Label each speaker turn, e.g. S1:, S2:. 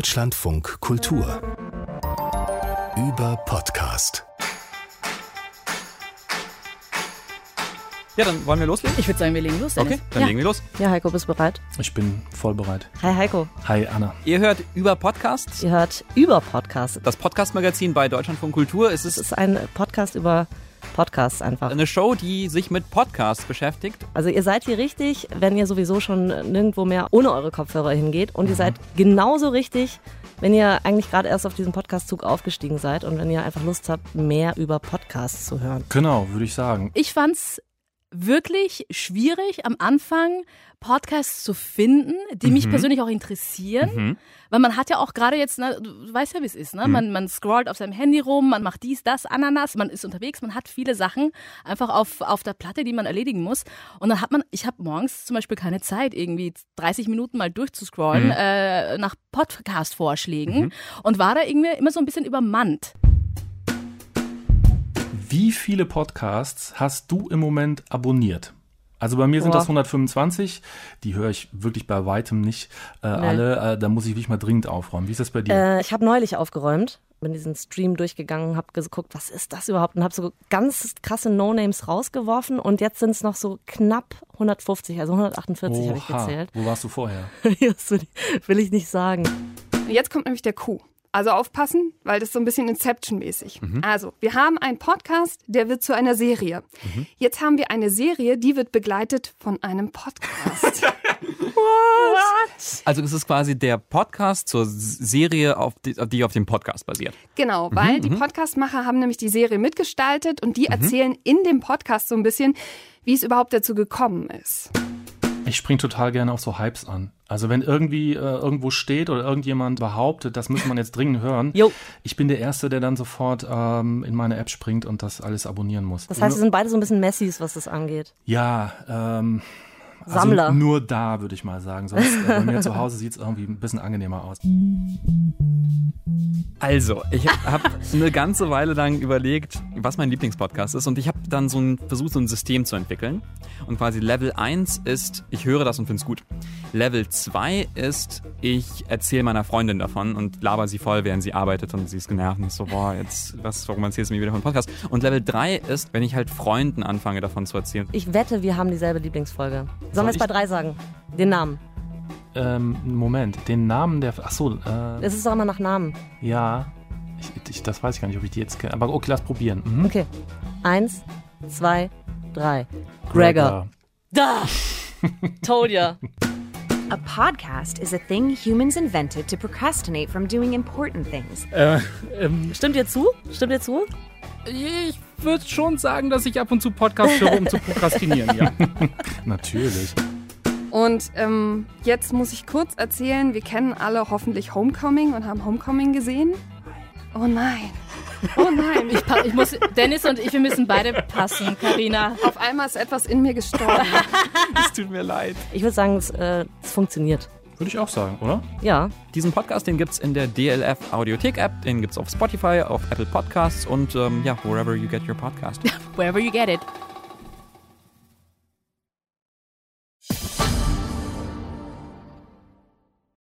S1: Deutschlandfunk Kultur. Über Podcast.
S2: Ja, dann wollen wir loslegen.
S3: Ich würde sagen, wir legen los.
S2: Okay,
S3: Dennis.
S2: dann
S3: ja.
S2: legen wir los.
S3: Ja, Heiko, bist du bereit?
S4: Ich bin voll bereit.
S3: Hi, Heiko.
S4: Hi Anna.
S2: Ihr hört über Podcasts,
S3: Ihr hört über Podcasts.
S2: das Podcast-Magazin bei Deutschlandfunk Kultur. Es
S3: Das
S2: ist
S3: ist ein Podcast über Podcasts einfach.
S4: Ähm.
S2: eine Show, die sich mit Podcasts beschäftigt.
S3: Also ihr seid hier richtig, wenn ihr sowieso schon nirgendwo mehr ohne eure Kopfhörer hingeht. Und ihr
S4: Mhm.
S3: seid genauso richtig, wenn ihr eigentlich gerade erst auf diesen Podcastzug aufgestiegen seid und wenn ihr einfach Lust habt, mehr über Podcasts zu hören.
S4: Genau, würde ich sagen.
S5: Ich fand's wirklich schwierig am Anfang Podcasts zu finden, die
S2: Mhm.
S5: mich persönlich auch interessieren, weil man hat ja auch gerade jetzt, ne, du weißt ja, wie es ist,
S2: Mhm.
S5: ne? Man, man scrollt auf seinem Handy rum, man macht dies, das, Ananas, man ist unterwegs, man hat viele Sachen einfach auf, auf der Platte, die man erledigen muss und dann hat man, ich habe morgens zum Beispiel keine Zeit, irgendwie 30 Minuten mal durchzuscrollen
S2: Mhm.
S5: äh, nach Podcast-Vorschlägen und war da irgendwie immer so ein bisschen übermannt.
S4: Wie viele Podcasts hast du im Moment abonniert? Also bei mir sind
S3: Boah.
S4: das 125. Die höre ich wirklich bei weitem nicht äh, alle. Äh, da muss ich wirklich mal dringend aufräumen. Wie ist das bei dir?
S3: Äh, ich habe neulich aufgeräumt, bin diesen Stream durchgegangen, habe geguckt, was ist das überhaupt und habe so ganz krasse No-Names rausgeworfen und jetzt sind es noch so knapp 150, also 148 habe ich gezählt.
S4: wo warst du vorher?
S3: Das will ich- will ich nicht sagen.
S6: Und jetzt kommt nämlich der Coup. Also aufpassen, weil das ist so ein bisschen Inception-mäßig. Also, wir haben einen Podcast, der wird zu einer Serie. Jetzt haben wir eine Serie, die wird begleitet von einem Podcast.
S2: Also es ist quasi der Podcast zur S- Serie, auf die, auf die auf dem Podcast basiert.
S6: genau, weil die Podcastmacher haben nämlich die Serie mitgestaltet und die erzählen in dem Podcast so ein bisschen, wie es überhaupt dazu gekommen ist.
S4: Ich spring total gerne auf so Hypes an. Also wenn irgendwie äh, irgendwo steht oder irgendjemand behauptet, das müsste man jetzt dringend hören,
S3: Jo.
S4: ich bin der Erste, der dann sofort ähm, in meine App springt und das alles abonnieren muss.
S3: Das heißt, wir sind beide so ein bisschen Messis, was das angeht.
S4: Ja, ähm, also
S3: Sammler.
S4: nur da würde ich mal sagen. Sonst äh, bei mir zu Hause sieht es irgendwie ein bisschen angenehmer aus.
S2: Also, ich habe eine ganze Weile lang überlegt, was mein Lieblingspodcast ist und ich habe dann so ein, versucht, so ein System zu entwickeln. Und quasi Level 1 ist, ich höre das und finde es gut. Level 2 ist, ich erzähle meiner Freundin davon und laber sie voll, während sie arbeitet und sie ist genervt und ist so, boah, jetzt, was, warum erzählst du mir wieder von Podcast? Und Level 3 ist, wenn ich halt Freunden anfange, davon zu erzählen.
S3: Ich wette, wir haben dieselbe Lieblingsfolge. Sollen wir es
S4: ich-
S3: bei drei sagen? Den Namen.
S4: Ähm, Moment, den Namen der. Ach so, äh,
S3: Es ist auch immer nach Namen.
S4: ja. Ich, ich, das weiß ich gar nicht, ob ich die jetzt kenne. Aber okay, lass probieren. Mhm.
S3: Okay. Eins, zwei, drei. Gregor. Da! Todia.
S7: A podcast is a thing humans invented to procrastinate from doing important things.
S3: Stimmt ihr zu? Stimmt ihr zu?
S8: Ich würde schon sagen, dass ich ab und zu Podcasts höre, um zu prokrastinieren, ja.
S4: Natürlich.
S6: Und ähm, jetzt muss ich kurz erzählen, wir kennen alle hoffentlich Homecoming und haben Homecoming gesehen. Oh nein. Oh nein, ich,
S5: Pa- Ich muss, Dennis und ich, wir müssen beide passen, Karina.
S6: auf einmal ist etwas in mir gestorben.
S2: Es tut mir leid.
S3: Ich würde sagen, es, äh, es funktioniert.
S4: Würde ich auch sagen, oder?
S3: Ja.
S2: Diesen Podcast, den gibt's in der DLF Audiothek App, den gibt's auf Spotify, auf Apple Podcasts und ähm, ja, wherever you get your podcast.
S5: Wherever you get it.